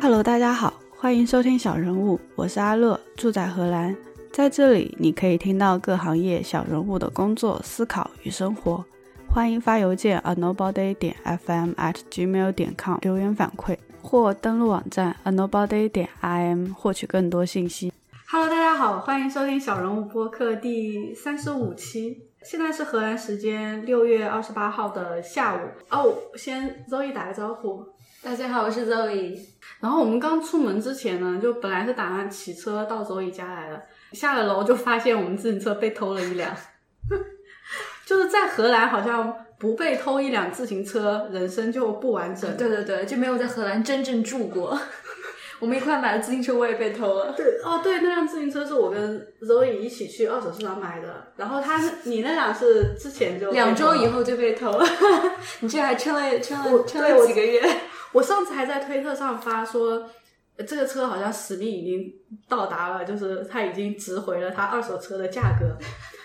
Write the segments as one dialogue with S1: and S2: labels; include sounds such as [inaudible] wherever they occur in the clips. S1: Hello，大家好，欢迎收听小人物，我是阿乐，住在荷兰。在这里，你可以听到各行业小人物的工作、思考与生活。欢迎发邮件 a nobody 点 fm at gmail 点 com 留言反馈，或登录网站 a nobody 点 im 获取更多信息。Hello，大家好，欢迎收听小人物播客第三十五期。现在是荷兰时间六月二十八号的下午。哦，先 Zoe 打个招呼。
S2: 大家好，我是 Zoe。
S1: 然后我们刚出门之前呢，就本来是打算骑车到 Zoe 家来的，下了楼就发现我们自行车被偷了一辆。 [laughs] 就是在荷兰，好像不被偷一辆自行车，人生就不完整。
S2: [laughs] 对对对，就没有在荷兰真正住过。 [laughs] 我们一块买的自行车，我也被偷了。
S1: 对，哦，对，那辆自行车是我跟 Zoe 一起去二手市场买的，然后他是你那辆是之前就被偷了
S2: 两周以，后就被偷了， [laughs] 你这还撑了撑
S1: 我
S2: 了撑
S1: 对我
S2: 了几个 [laughs] 月？
S1: 我上次还在推特上发说，呃这个车好像使命已经到达了，就是它已经值回了它二手车的价格。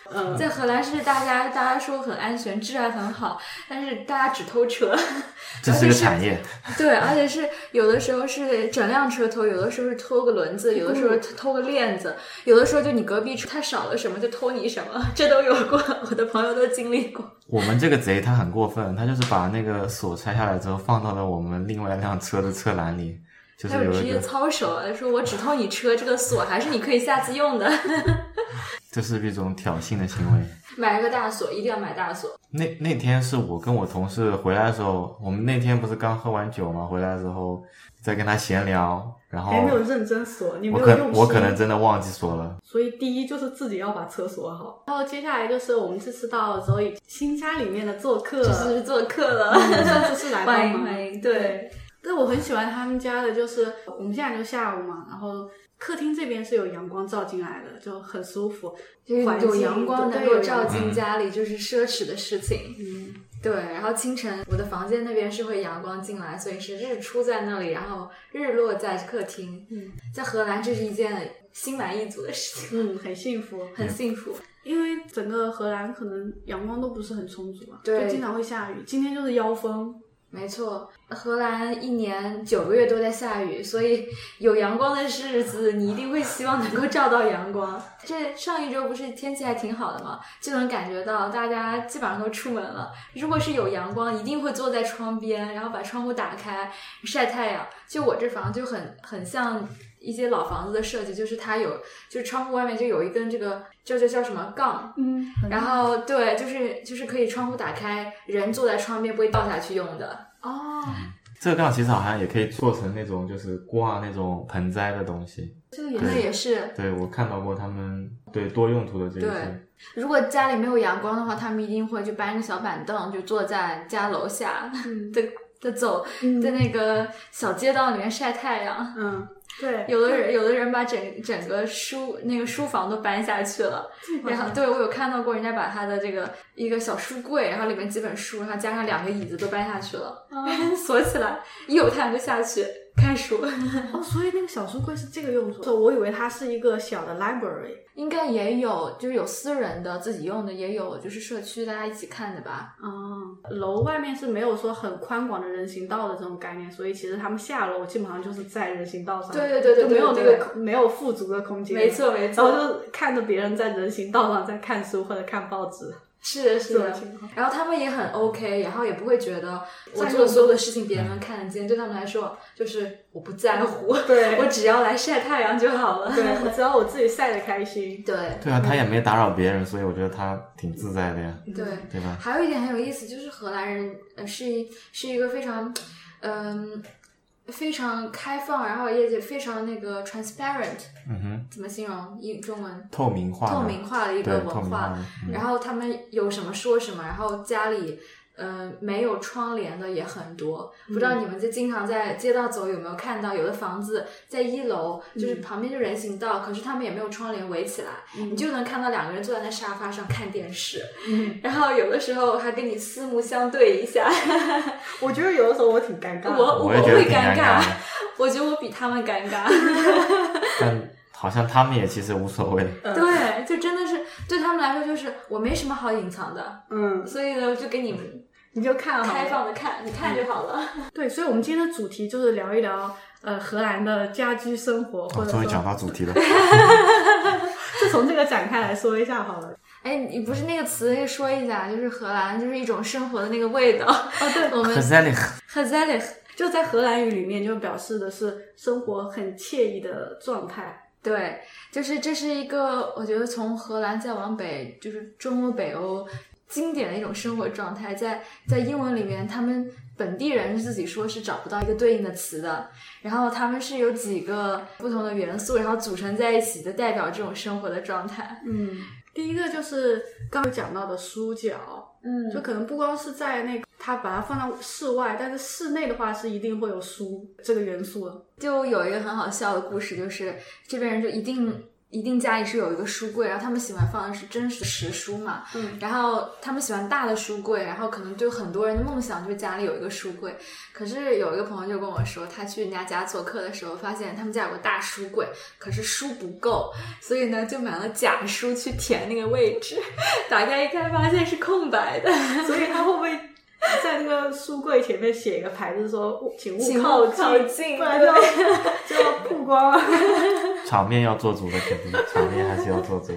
S1: 嗯，
S2: 在荷兰是大家大家说很安全，治安很好，但是大家只偷车。 [laughs]
S3: 这是个产业，
S2: 对，而且是有的时候是整辆车偷，有的时候是偷个轮子，有的时候偷偷个链子，有的时候就你隔壁车他少了什么就偷你什么，这都有过，我的朋友都经历过。
S3: 我们这个贼他很过分，他就是把那个锁拆下来之后放到了我们另外一辆车的车篮里，就是
S2: 还有
S3: 有
S2: 职
S3: 一
S2: 业
S3: 个，
S2: 操守啊，说我只偷你车，这个锁还是你可以下次用的。 [laughs]
S3: 这是一种挑衅的行为。
S2: 买个大锁，一定要买大锁。
S3: 那那天是我跟我同事回来的时候，我们那天不是刚喝完酒嘛，回来的时候在跟他闲聊，然后
S1: 还没有认真锁，你没
S3: 哦我
S1: 有
S3: 可
S1: 用心。
S3: 我可能真的忘记锁了，
S1: 所以第一就是自己要把车锁好，然后接下来就是我们这次到 Zoe 新家里面的做客，
S2: 这次是做客了，
S1: [laughs] 上次是来
S2: [laughs] 欢
S1: 帮
S2: 迎
S1: 忙。
S2: 欢迎。对，
S1: 但我很喜欢他们家的，就是我们现在就下午嘛，然后客厅这边是有阳光照进来的，就很舒服。
S2: 就是
S1: 环
S2: 嗯有
S1: 境
S2: 阳光
S1: 对
S2: 能
S1: 有
S2: 够
S1: 阳
S2: 照
S1: 光
S2: 进家里，就是奢侈的事情。
S1: 嗯，
S2: 对，然后清晨我的房间那边是会阳光进来，所以是日出在那里，然后日落在客厅。
S1: 嗯，
S2: 在荷兰这是一件心满意足的事情，
S1: 嗯，很幸福，
S2: 很幸福。
S1: 因为整个荷兰可能阳光都不是很充足啊，
S2: 对
S1: 就经常会下雨。今天就是妖风，
S2: 没错，荷兰一年九个月都在下雨，所以有阳光的日子，你一定会希望能够照到阳光。这上一周不是天气还挺好的嘛，就能感觉到大家基本上都出门了。如果是有阳光，一定会坐在窗边，然后把窗户打开晒太阳。就我这房就很很像一些老房子的设计，就是它有，就是窗户外面就有一根这个，这就叫什么杠，
S1: 嗯，
S2: 然后对，就是就是可以窗户打开，人坐在窗边不会掉下去用的。
S1: 哦，
S3: 这个杠其实好像也可以做成那种就是挂那种盆栽的东西。
S1: 这个也
S2: 那
S1: 是
S2: 也是，
S3: 对我看到过他们对多用途的这一些
S2: 对。如果家里没有阳光的话，他们一定会就搬一个小板凳，就坐在家楼下 [laughs]
S1: 嗯
S2: 的的走
S1: 嗯
S2: 在那个小街道里面晒太阳。
S1: 嗯，对，
S2: 有的人有的人把整整个书那个书房都搬下去了，然后对我有看到过人家把他的这个一个小书柜，然后里面几本书，然后加上两个椅子都搬下去了，
S1: 啊
S2: [laughs] 锁起来，一有太阳就下去看书。 [laughs]
S1: 哦，所以那个小书柜是这个用途，我以为它是一个小的 library
S2: 应该也有，就是有私人的自己用的，也有就是社区大家一起看的吧。
S1: 啊、楼外面是没有说很宽广的人行道的这种概念，所以其实他们下楼基本上就是在人行道上，
S2: 对对对对
S1: 就没有那
S2: 对
S1: 个
S2: 对
S1: 空没有富足的空间，
S2: 没。错没
S1: 然后
S2: 错，
S1: 就看着别人在人行道上在看书或者看报纸，
S2: 是的
S1: 这
S2: 是
S1: 种
S2: 的。
S1: 情况。
S2: 然后他们也很 OK，然后也不会觉得我
S1: 占
S2: 做的
S1: 用
S2: 所有的事情别人能看得见，对他们来说就是我不在乎，
S1: 对
S2: [laughs] 我只要来晒太阳就好了。
S1: 对，我只要我自己晒得开心。
S2: 对
S3: 对啊，他也没打扰别人，所以我觉得他挺自在的呀，
S2: 对。
S3: 对吧？
S2: 还有一点很有意思，就是荷兰人呃是一是一个非常嗯、非常开放，然后也也非常那个 transparent，
S3: 嗯哼，
S2: 怎么形容英中文？
S3: 透明化的，
S2: 透明化的一个
S3: 对，透
S2: 文
S3: 明
S2: 化
S3: 化。的，嗯
S2: 然后他们有什么说什么，然后家里嗯、呃没有窗帘的也很多，不知道你们在经常在街道走有没有看到，有的房子在一楼就是旁边就人行道，可是他们也没有窗帘围起来，
S1: 嗯
S2: 你就能看到两个人坐在那沙发上看电视，
S1: 嗯，
S2: 然后有的时候还跟你四目相对一下， [laughs]
S1: 我觉得有的时候我挺尴尬的。
S2: 我
S3: 我也觉得
S2: 会
S3: 挺尴
S2: 尬
S3: 的，
S2: 我觉得我比他们尴尬，
S3: 但好像他们也其实无所
S2: [laughs]
S3: 谓。
S2: 对，就真的是对他们来说就是我没什么好隐藏的，
S1: 嗯，
S2: 所以呢我就给你们
S1: 你就看好了
S2: 开放的看，你看就好了。
S1: 对，所以，我们今天的主题就是聊一聊呃荷兰的家居生活，或
S3: 我
S1: 者
S3: 哦终
S1: 说，
S3: 于讲到主题了。
S1: 就从这个展开来说一下好了。
S2: 哎，你不是那个词可以说一下，就是荷兰，就是一种生活的那个味道。哦，对，我
S3: k
S2: 们
S3: a z a l i
S2: 很在里。
S1: 就在荷兰语里面，就表示的是生活很惬意的状态。
S2: 对，就是这是一个，我觉得从荷兰再往北，就是中欧、北欧经典的一种生活状态，在在英文里面，他们本地人自己说是找不到一个对应的词的，然后他们是有几个不同的元素，然后组成在一起的，代表这种生活的状态。
S1: 嗯，第一个就是刚刚讲到的书角，
S2: 嗯
S1: 就可能不光是在那个，它把它放到室外，但是室内的话是一定会有书这个元素的。
S2: 就有一个很好笑的故事，就是这边人就一定一定家里是有一个书柜，然后他们喜欢放的是真实的实书嘛，
S1: 嗯，
S2: 然后他们喜欢大的书柜，然后可能就很多人的梦想就是家里有一个书柜。可是有一个朋友就跟我说，他去人家家做客的时候，发现他们家有个大书柜，可是书不够，所以呢就买了假书去填那个位置。 [laughs] 打开一看，发现是空白的。
S1: [laughs] 所以它会不会在那个书柜前面写一个牌子说“请
S2: 请
S1: 勿
S2: 勿
S1: 靠
S2: 靠近
S1: 不然就 [laughs] 就要曝光了。
S3: 场面要做足的，肯定场面还是要做足。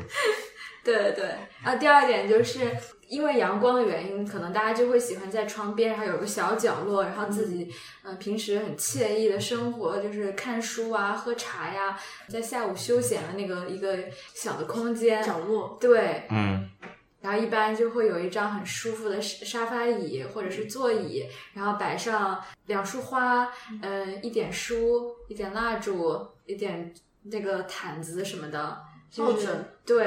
S2: 对对对，然后第二点就是因为阳光的原因，可能大家就会喜欢在窗边，然后有个小角落，然后自己嗯、呃平时很惬意的生活，就是看书啊、喝茶呀，在下午休闲的那个一个小的空间。
S1: 角落，
S2: 对，
S3: 嗯，
S2: 然后一般就会有一张很舒服的沙沙发椅或者是座椅，然后摆上两束花，呃，一点书，一点蜡烛，一点那个毯子什么的，就
S1: 抱
S2: 是
S1: 枕
S2: 对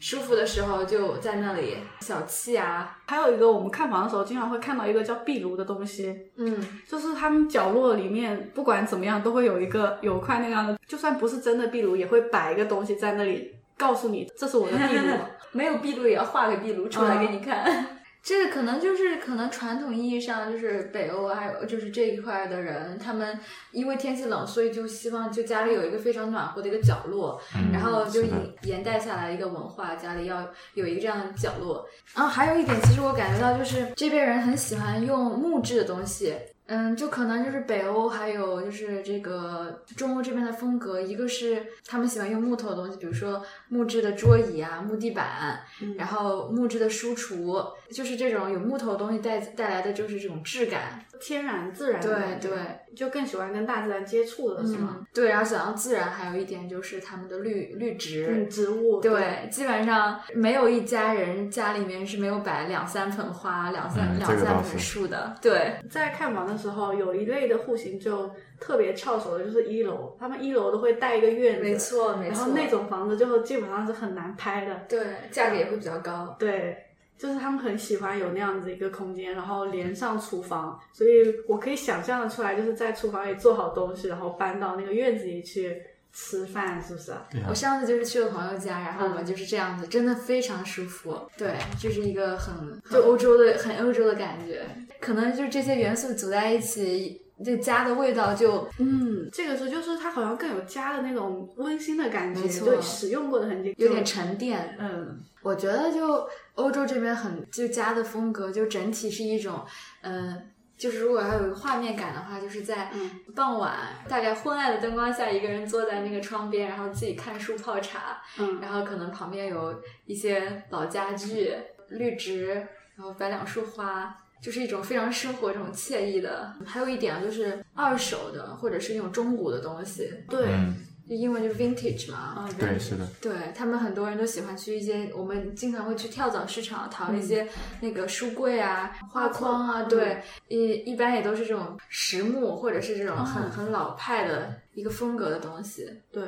S2: 舒服的时候就在那里小憩啊，
S1: 还有一个我们看房的时候经常会看到一个叫壁炉的东西，
S2: 嗯，
S1: 就是他们角落里面，不管怎么样，都会有一个有块那样的，就算不是真的壁炉，也会摆一个东西在那里，告诉你这是我的壁炉。啊
S2: [laughs] 没有壁炉也要画个壁炉出来给你看。嗯 [laughs] 这个可能就是可能传统意义上就是北欧还有就是这一块的人，他们因为天气冷，所以就希望就家里有一个非常暖和的一个角落，
S3: 嗯
S2: 然后就是
S3: 的
S2: 延延带下来一个文化，家里要有一个这样的角落。然后还有一点，其实我感觉到就是这边人很喜欢用木质的东西。嗯，就可能就是北欧，还有就是这个中欧这边的风格，一个是他们喜欢用木头的东西，比如说木质的桌椅啊、木地板，然后木质的书橱，就是这种有木头的东西带带来的就是这种质感。
S1: 天然自然的感觉，
S2: 对
S1: 就更喜欢跟大自然接触了，是吗？
S2: 嗯，对，然后想到自然，还有一点就是他们的绿绿植，
S1: 嗯，植物，
S2: 对，基本上没有一家人家里面是没有摆两三盆花、两三、
S3: 嗯
S2: 两
S3: 这个
S2: 三
S3: 倒
S2: 盆
S3: 是
S2: 树的。对，
S1: 在看房的时候，有一类的户型就特别翘首的，就是一楼，他们一楼都会带一个院子，
S2: 没，错，没
S1: 然
S2: 错。
S1: 后那种房子就基本上是很难拍的，
S2: 对价格也会比较高。
S1: 对，就是他们很喜欢有那样子一个空间，然后连上厨房，所以我可以想象的出来，就是在厨房里做好东西，然后搬到那个院子里去吃饭，是不是？
S3: 对啊
S2: 我，上次就是去了朋友家，然后我们
S1: 嗯
S2: 就是这样子，真的非常舒服。对，就是一个很就欧洲的很欧洲的感觉，可能就是这些元素组在一起，这家的味道就
S1: 嗯，这个时候就是它好像更有家的那种温馨的感觉，
S2: 没错
S1: 对，使用过的痕迹
S2: 有点。沉淀。
S1: 就嗯，
S2: 我觉得就欧洲这边很就家的风格，就整体是一种，嗯、就是如果要有一个画面感的话，就是在
S1: 嗯
S2: 傍晚、大概昏暗的灯光下，一个人坐在那个窗边，然后自己看书泡茶，
S1: 嗯，
S2: 然后可能旁边有一些老家具、绿植，然后摆两束花，就是一种非常生活、这种惬意的。还有一点啊，就是二手的或者是那种中古的东西，
S1: 对，
S3: 嗯，
S2: 就英文就是 vintage 嘛，
S1: 啊，
S3: 对，是的，
S2: 对他们很多人都喜欢去一些，我们经常会去跳蚤市场淘一些那个书柜啊、画嗯框啊，
S1: 嗯
S2: 对，一一般也都是这种实木或者是这种很很老派的一个风格的东西。
S1: 对，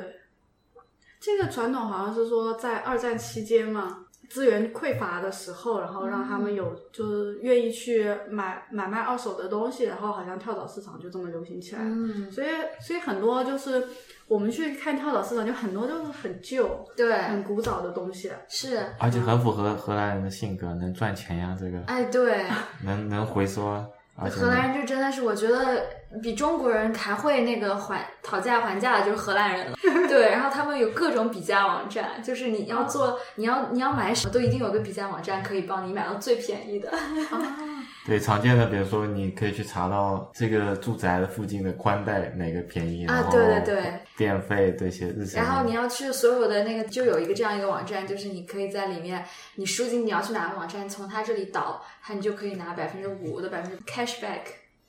S1: 这个传统好像是说在二战期间嘛，资源匮乏的时候，然后让他们
S2: 嗯
S1: 有就是愿意去买买卖二手的东西，然后好像跳蚤市场就这么流行起来。
S2: 嗯，
S1: 所以，所以很多就是我们去看跳蚤市场，就很多就是很旧、
S2: 对，
S1: 很古早的东西。
S2: 是，
S3: 而且很符合荷兰人的性格，能赚钱呀，这个
S2: 哎，对，
S3: 能能回收啊，而且
S2: 荷兰人就真的是，我觉得比中国人还会那个还讨价还价的，就是荷兰 [laughs] 人了。对，然后他们有各种比价网站，就是你要做，你要你要买什么，都一定有个比价网站可以帮你买到最便宜的。
S1: 啊，
S3: 对，常见的，比如说你可以去查到这个住宅的附近的宽带哪个便宜，
S2: 啊
S3: 然后
S2: 对对对，
S3: 电费这些日常。
S2: 然后你要去所有的那个，就有一个这样一个网站，就是你可以在里面，你输进你要去哪个网站，从它这里导，它你就可以拿百分之五的百分之 cashback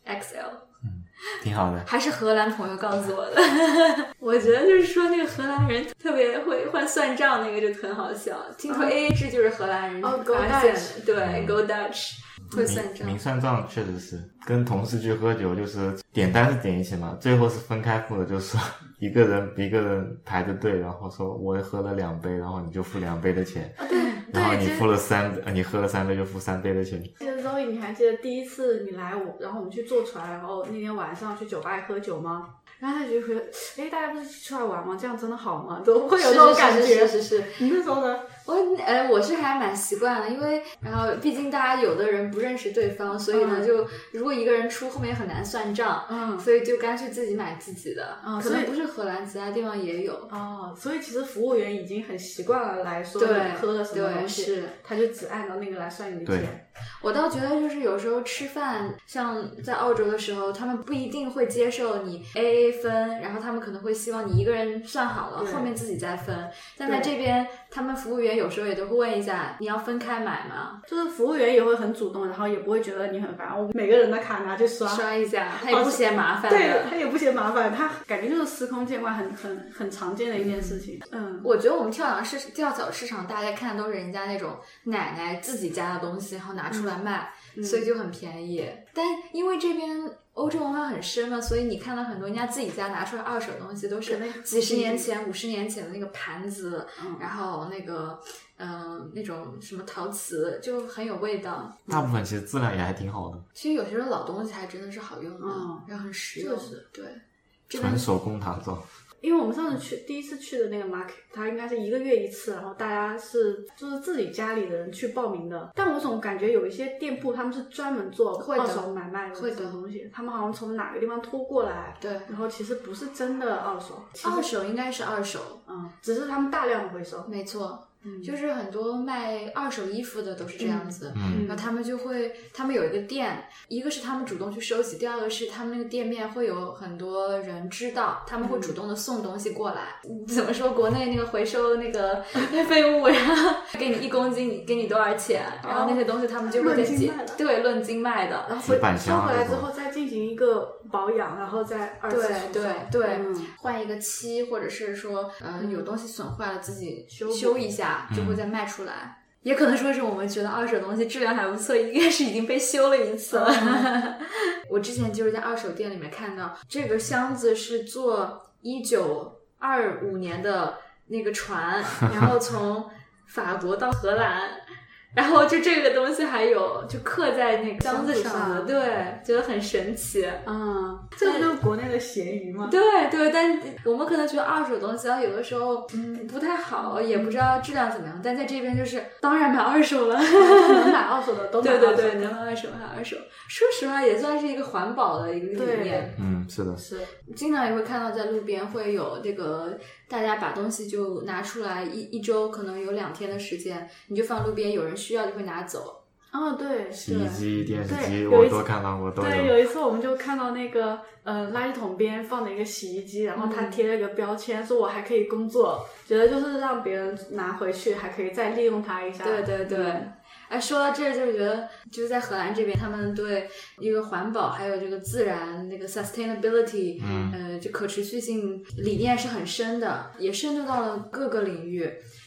S2: XL，
S3: 挺好的，
S2: 还是荷兰朋友告诉我的。 [laughs] 我觉得就是说那个荷兰人特别会会算账，那个就很好笑。听说
S1: 哦
S2: AA 制就是荷兰人
S1: 哦
S2: 发现的
S1: Go，Dutch
S2: 对，Go 嗯 Dutch 会算
S3: 明
S2: 账
S3: 明。算账确实是跟同事去喝酒，就是点单是点一起嘛，最后是分开付的，就是说 [laughs] 一个人一个人排着队，然后说我喝了两杯，然后你就付两杯的钱，
S1: 啊对
S3: 然后
S1: 对，
S3: 你
S1: 其实
S3: 付了三，呃你喝了三杯就付三杯的钱，
S1: 记得 Zoe，你还记得第一次你来我，然后我们去坐船，然后那天晚上去酒吧喝酒吗？然后他就觉得，哎，大家不是一起出来玩吗？这样真的好吗？都会有
S2: 是
S1: 那种
S2: 是
S1: 感觉。
S2: 是是是是，
S1: 你那时候呢？
S2: 我呃，我是还蛮习惯的，因为然后毕竟大家有的人不认识对方，所以呢，
S1: 嗯
S2: 就如果一个人出，后面很难算账，
S1: 嗯，
S2: 所以就干脆自己买自己的。
S1: 嗯
S2: 可
S1: 所
S2: 能
S1: 以
S2: 不是荷兰，其他地方也有。
S1: 哦，所以其实服务员已经很习惯了来说
S2: 对
S1: 你喝了什么
S2: 对
S1: 东西，
S2: 是，
S1: 他就只按照那个来算你的钱。
S2: 我倒觉得就是有时候吃饭，像在澳洲的时候，他们不一定会接受你 A A 分，然后他们可能会希望你一个人算好了，
S1: 对
S2: 后面自己再分。但在
S1: 对
S2: 这边，他们服务员有时候也都会问一下，你要分开买吗？
S1: 就是服务员也会很主动，然后也不会觉得你很烦。我每个人的卡拿去刷，
S2: 刷一下，他也不嫌麻烦
S1: 哦
S2: 的。
S1: 对他也不嫌麻烦，他感觉就是司空见惯，很很很常见的一件事情。嗯，
S2: 我觉得我们跳蚤市跳蚤市场，大家看的都是人家那种奶奶自己家的东西，然后拿出来卖，
S1: 嗯
S2: 所以就很便宜。但因为这边欧洲文化很深嘛，所以你看到很多人家自己家拿出来二手东西，都是
S1: 可能
S2: 几十年前、五十年前的那个盘子，
S1: 嗯
S2: 然后那个嗯、呃那种什么陶瓷，就很有味道。
S3: 大部分其实质量也还挺好的，
S2: 其实有些时候老东西还真的是好用的，
S1: 嗯
S2: 然后很实用。
S1: 就是
S2: 对，这边
S3: 纯手工打造。
S1: 因为我们上次去第一次去的那个 market，它应该是一个月一次，然后大家是就是自己家里的人去报名的。但我总感觉有一些店铺他们是专门做
S2: 会的
S1: 二手买卖
S2: 会
S1: 的
S2: 的
S1: 这种东西，他们好像从哪个地方拖过来，
S2: 对
S1: 然后其实不是真的二手，其
S2: 二
S1: 实
S2: 手应该是二手，
S1: 嗯，只是他们大量的回收，
S2: 没错。
S1: 嗯
S2: 就是很多卖二手衣服的都是这样子。
S3: 嗯
S2: 然后他们就会，他们有一个店，一个是他们主动去收集，第二个是他们那个店面会有很多人知道，他们会
S1: 嗯
S2: 主动的送东西过来。 [laughs] 怎么说？国内那个回收那个废物，然后给你一公斤，你给你多少钱？然后那些东西他们就会再
S1: 论哦斤
S2: 结
S1: 卖的，
S2: 对，论斤卖的。
S1: 然后回
S3: 纸板箱
S1: 收
S3: 啊
S1: 回来之
S3: 这种
S1: 后再进行一个保养，然后再二次
S2: 对
S1: 出售
S2: 对对
S1: 嗯
S2: 换一个漆，或者是说，嗯、有东西损坏了自己
S1: 修补
S2: 修一下，就会再卖出来。也可能说是我们觉得二手东西质量还不错，应该是已经被修了一次了。
S1: 嗯
S2: [laughs] 我之前就是在二手店里面看到这个箱子是做一九二五年的那个船，然后从法国到荷兰。然后就这个东西还有就刻在那个箱子上的，
S1: 箱子上
S2: 对，觉得很神奇。
S1: 嗯，这个就是国内的咸鱼 [laughs] 吗？
S2: 对对，但我们可能觉得二手东西啊，有的时候嗯不太好，也不知道质量怎么样。但在这边就是，当然买二手了。
S1: 能买二手的都买
S2: 对
S1: 二手
S2: 对
S1: 的，
S2: 对，能买二手买二手。说实话，也算是一个环保的一个理
S1: 对
S2: 念。
S3: 嗯，是的，
S1: 是
S2: 经常也会看到在路边会有这个大家把东西就拿出来一一周，可能有两天的时间，你就放路边，有人需要就会拿走。
S1: 哦，对，
S3: 洗衣机、电视
S1: 对
S3: 机
S1: 有
S3: 我
S1: 一
S3: 都
S1: 次
S3: 看到过，都
S1: 对，有一次我们就看到那个呃垃圾桶边放了一个洗衣机，然后它
S2: 嗯
S1: 贴了一个标签，说我还可以工作，觉得就是让别人拿回去，还可以再利用它一下。
S2: 对对对。
S1: 嗯
S2: 哎，说到这儿，就是觉得就是在荷兰这边，他们对一个环保还有这个自然那个 sustainability，
S3: 嗯
S2: 呃，就可持续性理念是很深的，也渗透到了各个领域，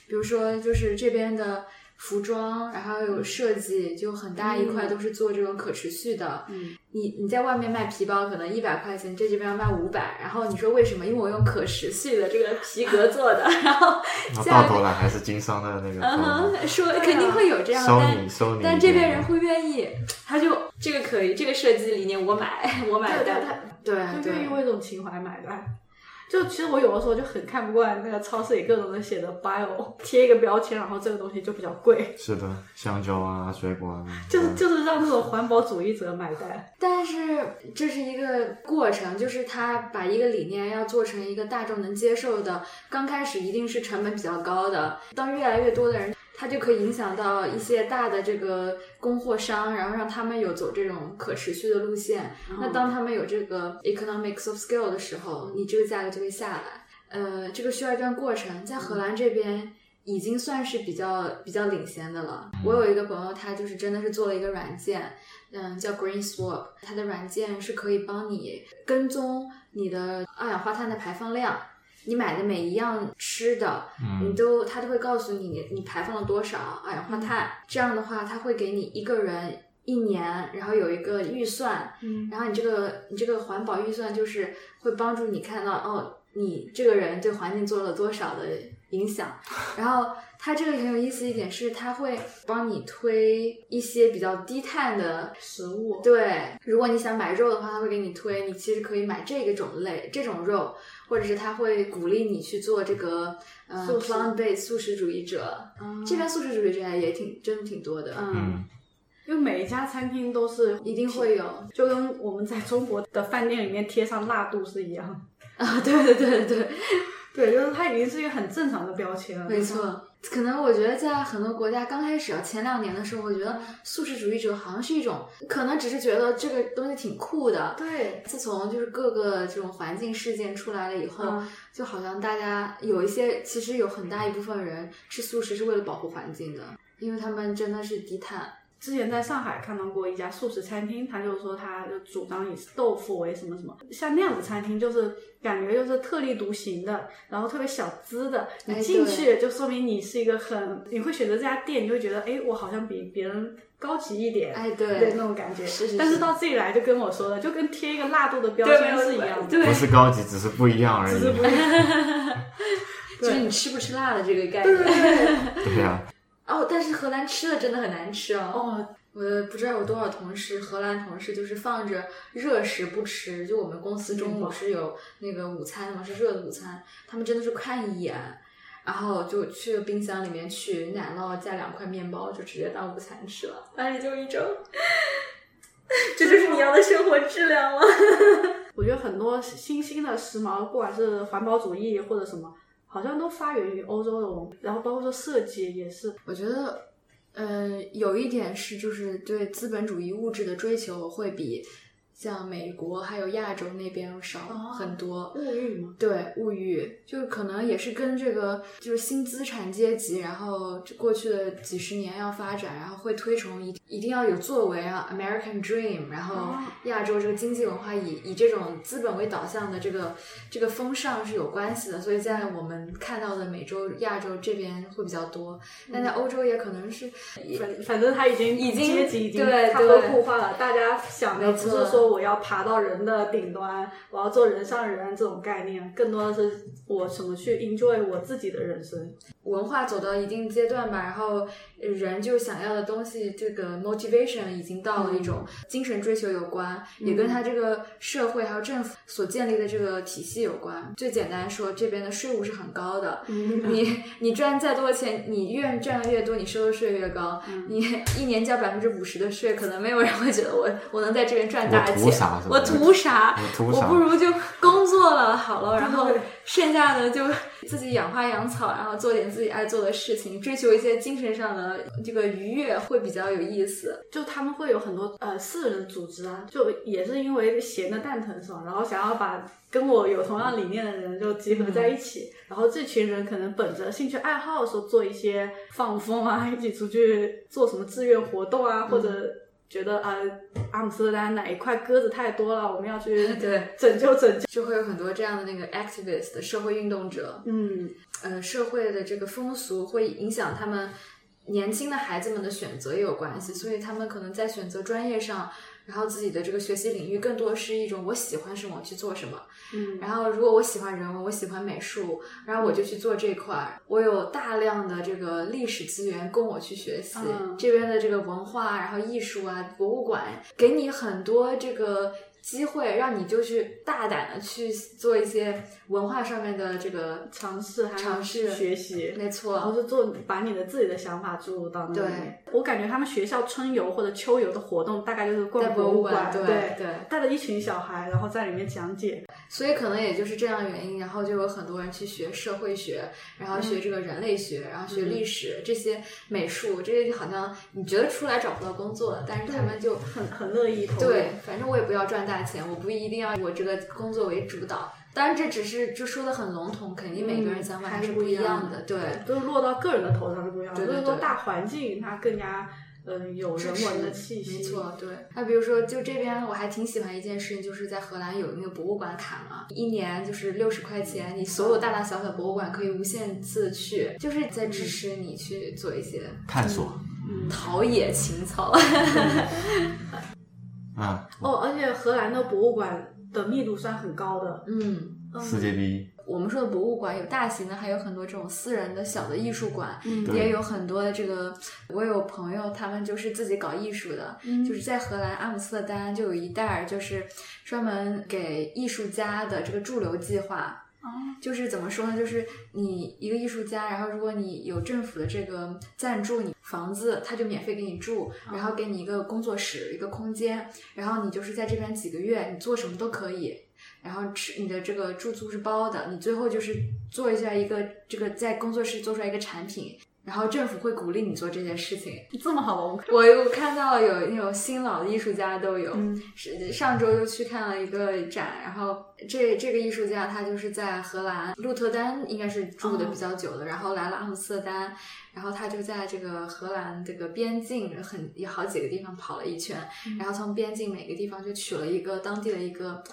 S2: 比如说就是这边的服装，然后有设计，就很大一块
S1: 嗯
S2: 都是做这种可持续的。
S1: 嗯，
S2: 你你在外面卖皮包可能一百块钱，这这边要卖五百，然后你说为什么？因为我用可持续的这个皮革做的，然后
S3: 那
S2: 下
S3: 到
S2: 一个
S3: 头来还是经商的那个
S2: 嗯
S3: 头脑
S2: 哼，说肯定会有这样，
S3: 收
S2: 但
S3: 你收你一点，啊
S2: 但这边人会愿意，他就这个可以，这个设计理念我买， [laughs] 我买
S1: 对对
S2: 单，嗯对
S1: 对，就愿意
S2: 对
S1: 为这种情怀买单。就其实我有的时候就很看不惯那个超市里各种的写的 bio 贴一个标签，然后这个东西就比较贵，
S3: 是的，香蕉啊，水果啊，
S1: 就是
S3: 嗯
S1: 就是让那种环保主义者买单。
S2: 但是这是一个过程，就是他把一个理念要做成一个大众能接受的，刚开始一定是成本比较高的，当越来越多的人它就可以影响到一些大的这个供货商，然后让他们有走这种可持续的路线。嗯那当他们有这个 economics of scale 的时候，你这个价格就会下来。呃，这个需要一段过程，在荷兰这边已经算是比较比较领先的了。我有一个朋友，他就是真的是做了一个软件，嗯，叫 Green Swap，它的软件是可以帮你跟踪你的二氧化碳的排放量。你买的每一样吃的，你
S3: 嗯
S2: 都它都会告诉你你你排放了多少二氧化碳。这样的话，它会给你一个人一年，然后有一个预算，
S1: 嗯
S2: 然后你这个你这个环保预算就是会帮助你看到哦，你这个人对环境做了多少的影响。然后它这个很有意思一点是，它会帮你推一些比较低碳的
S1: 食物，
S2: 对，如果你想买肉的话，他会给你推，你其实可以买这个种类这种肉，或者是他会鼓励你去做这个呃
S1: 素食
S2: plant based 素食主义者。
S1: 啊
S2: 嗯这边素食主义者也挺真的挺多的，
S1: 嗯
S3: 嗯，
S1: 因为每一家餐厅都是
S2: 一定会有啊、
S1: 就跟我们在中国的饭店里面贴上辣度是一样。
S2: 啊对对对对，
S1: 对，就是它已经是一个很正常的标签了。
S2: 没错。可能我觉得在很多国家刚开始啊，前两年的时候，我觉得素食主义者好像是一种，可能只是觉得这个东西挺酷的。
S1: 对，
S2: 自从就是各个这种环境事件出来了以后，
S1: 嗯
S2: 就好像大家有一些，其实有很大一部分人吃素食是为了保护环境的，因为他们真的是低碳。
S1: 之前在上海看到过一家素食餐厅，他就说他就主张以豆腐为什么什么，像那样子餐厅就是感觉就是特立独行的，然后特别小资的，
S2: 哎
S1: 你进去就说明你是一个很，你会选择这家店，你会觉得哎，我好像比别人高级一点，
S2: 哎，
S1: 对
S2: 对，
S1: 那种感觉。
S2: 是是
S1: 但是
S2: 是
S1: 到这里来就跟我说的，就跟贴一个辣度的标
S2: 对
S1: 签是一样的，
S2: 对
S3: 不是高级，只是不一样而
S1: 只
S3: 已
S1: 是。不一
S2: [laughs]
S1: 样。
S2: 就是你吃不吃辣的这个概念。
S3: 对啊呀，
S2: 哦，但是荷兰吃的真的很难吃哦。
S1: [laughs] 哦，
S2: 我不知道有多少同事，荷兰同事就是放着热食不吃。就我们公司中午是有那个午餐的嘛，是热的午餐，他们真的是看一眼，然后就去冰箱里面取奶酪加两块面包，就直接当午餐吃了。哎，就一种， [laughs] 这就是你要的生活质量吗？
S1: 我觉得很多新兴的时髦，不管是环保主义或者什么，好像都发源于欧洲的文化，然后包括说设计也是。
S2: 我觉得，呃，有一点是就是对资本主义物质的追求会比像美国还有亚洲那边少
S1: 哦
S2: 很多。
S1: 物欲嘛，
S2: 对物欲，就是可能也是跟这个就是新资产阶级，然后这过去的几十年要发展，然后会推崇一一定要有作为啊，American Dream，然后
S1: 哦
S2: 亚洲这个经济文化以以这种资本为导向的这个这个风尚是有关系的，所以在我们看到的美洲、亚洲这边会比较多，但在欧洲也可能是
S1: 反反正他已经
S2: 已经
S1: 阶级已经
S2: 对
S1: 差不多
S2: 对
S1: 固化了。大家想的
S2: 没
S1: 不
S2: 错
S1: 是说我要爬到人的顶端，我要做人上人这种概念，更多的是我怎么去 enjoy 我自己的人生。
S2: 文化走到一定阶段吧，然后呃人就想要的东西，这个 motivation 已经到了一种精神追求有关，也跟他这个社会还有政府所建立的这个体系有关。最简单说，这边的税务是很高的，
S1: 嗯，
S2: 你你赚再多的钱，你越赚的越多，你收的税越高，你一年交百分之五十的税，可能没有人会觉得我我能在这边赚大
S3: 我
S2: 钱，
S3: 图啥是吧
S2: 我图啥？
S3: 我图
S2: 我
S3: 啥
S2: 不？如就工作了好了，然后
S1: 对
S2: 剩下的就自己养花养草，然后做点自己爱做的事情，追求一些精神上的这个愉悦会比较有意思。
S1: 就他们会有很多呃私人组织啊，就也是因为闲的蛋疼爽，然后想要把跟我有同样理念的人就集合在一
S2: 嗯
S1: 起，然后这群人可能本着兴趣爱好说做一些放风
S2: [laughs]
S1: 啊，一起出去做什么志愿活动
S2: 嗯
S1: 啊，或者觉得啊、阿姆斯特丹哪一块鸽子太多了，我们要去
S2: 对，
S1: 拯救拯救。
S2: 就会有很多这样的那个 activist 社会运动者，
S1: 嗯，
S2: 呃，社会的这个风俗会影响他们年轻的孩子们的选择也有关系，所以他们可能在选择专业上，然后自己的这个学习领域更多是一种我喜欢什么我去做什么。
S1: 嗯
S2: 然后，如果我喜欢人文，我喜欢美术，然后我就去做这块儿。我有大量的这个历史资源供我去学习，
S1: 嗯
S2: 这边的这个文化，然后艺术啊，博物馆，给你很多这个机会，让你就是大胆的去做一些文化上面的这个
S1: 尝试还有
S2: 尝试
S1: 学习
S2: 没
S1: 然后
S2: 错，
S1: 就做把你的自己的想法注入到那里
S2: 对。
S1: 我感觉他们学校春游或者秋游的活动，大概就是
S2: 在
S1: 逛
S2: 博
S1: 物
S2: 物馆，
S1: 对，
S2: 对对，
S1: 带了一群小孩，然后在里面讲解。
S2: 所以可能也就是这样的原因，然后就有很多人去学社会学，然后学这个人类学，然后学历史、这些美术，这些好像你觉得出来找不到工作了，但是他们就
S1: 很很乐意投入。
S2: 对，反正我也不要赚大钱，我不一定要以我这个工作为主导。当然，这只是就说的很笼统，肯定每个人想法
S1: 嗯还
S2: 是
S1: 是
S2: 不
S1: 不
S2: 一
S1: 一
S2: 样
S1: 样
S2: 的。
S1: 的
S2: 对，
S1: 都是落到个人的头上是不一样的，
S2: 对
S1: 就
S2: 对
S1: 是说
S2: 对
S1: 大环境它更加嗯、呃有人文的气息。
S2: 没错，，对。那比如说，就这边我还挺喜欢一件事情，就是在荷兰有那个博物馆卡嘛，一年就是六十块钱，你所有大大小小博物馆可以无限次去，就是在支持你去做一些
S3: 探索
S1: 嗯。
S2: 陶冶情操。 [laughs]
S3: 啊，
S1: 哦，而且荷兰的博物馆的密度算很高的，
S2: 嗯，
S1: 嗯
S3: 世界第一，
S2: 我们说的博物馆有大型的，还有很多这种私人的小的艺术馆，
S1: 嗯
S3: 对
S2: 也有很多的这个，我有朋友他们就是自己搞艺术的，
S1: 嗯
S2: 就是在荷兰阿姆斯特丹就有一带儿，就是专门给艺术家的这个驻留计划。
S1: 哦
S2: 就是怎么说呢？就是你一个艺术家，然后如果你有政府的这个赞助，你房子他就免费给你
S1: 哦
S2: 住，然后给你一个工作室、一个空间，然后你就是在这边几个月，你做什么都可以，然后吃你的这个住宿是包的，你最后就是做一下一个这个在工作室做出来一个产品，然后政府会鼓励你做这件事情。
S1: 这么好吗？我们
S2: 我又看到有那种新老的艺术家都有，
S1: 嗯
S2: 是上周又去看了一个展，然后这这个艺术家他就是在荷兰鹿特丹应该是住的比较久的，然后来了阿姆斯特丹，然后他就在这个荷兰这个边境很有好几个地方跑了一圈，
S1: 嗯
S2: 然后从边境每个地方就取了一个当地的一个。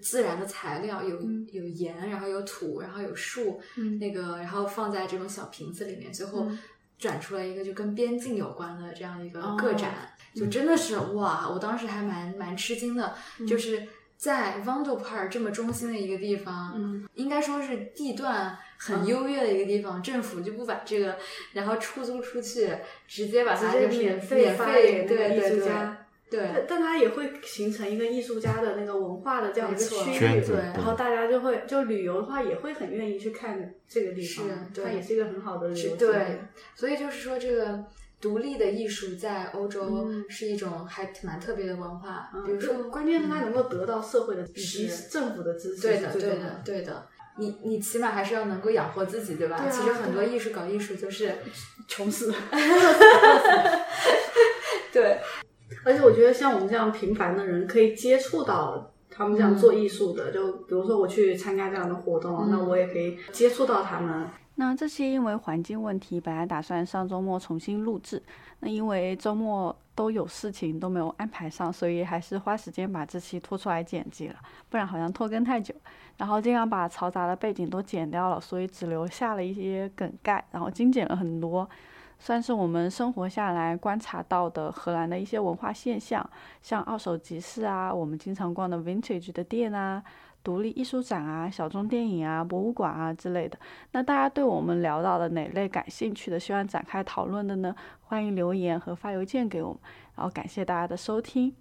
S2: 自然的材料有
S1: 嗯
S2: 有盐，然后有土，然后有树，
S1: 嗯
S2: 那个然后放在这种小瓶子里面，最后
S1: 嗯
S2: 转出来一个就跟边境有关的这样一个
S1: 哦
S2: 个展，就真的是哇！我当时还蛮蛮吃惊的，
S1: 嗯
S2: 就是在 v a n d e l p a r 这么中心的一个地方，
S1: 嗯
S2: 应该说是地段很优越的一个地方，政府就不把这个然后出租出去，直接把它
S1: 直接
S2: 啊就是
S1: 免费
S2: 免
S1: 发
S2: 费
S1: 给那个
S2: 对
S1: 艺
S2: 对
S1: 术
S2: 对
S1: 家
S2: 对
S1: 但但它也会形成一个艺术家的那个文化的这样一个
S2: 没错
S1: 区域
S3: 圈，子
S2: 对
S1: 然后大家就会就旅游的话也会很愿意去看这个地方
S2: 是，对
S1: 它也是一个很好的旅游
S2: 是
S1: 资源。
S2: 对，所以就是说，这个独立的艺术在欧洲
S1: 嗯
S2: 是一种还挺蛮特别的文化。
S1: 嗯，
S2: 比如说，嗯
S1: 就关键是它能够得到社会的以及
S2: 是
S1: 政府的支持，
S2: 对的，
S1: 最
S2: 对
S1: 重要
S2: 的，对的。你你起码还是要能够养活自己，对吧？
S1: 对啊
S2: 其实很多艺术搞艺术就是
S1: 穷 [laughs] 死了。
S2: 对
S1: 而且我觉得像我们这样平凡的人，可以接触到他们这样做艺术的，就比如说我去参加这样的活动，
S2: 嗯
S1: 那我也可以接触到他们。
S4: 那这期因为环境问题，本来打算上周末重新录制，那因为周末都有事情都没有安排上，所以还是花时间把这期拖出来剪辑了，不然好像拖更太久。然后尽量把嘈杂的背景都剪掉了，所以只留下了一些梗概，然后精简了很多，算是我们生活下来观察到的荷兰的一些文化现象，像二手集市啊，我们经常逛的 vintage 的店啊。独立艺术展啊、小众电影啊、博物馆啊之类的，那大家对我们聊到的哪类感兴趣的，希望展开讨论的呢？欢迎留言和发邮件给我们。然后感谢大家的收听。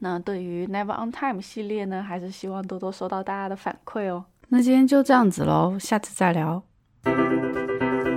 S4: 那对于 Never on Time 系列呢，还是希望多多收到大家的反馈哦。那今天就这样子喽，下次再聊。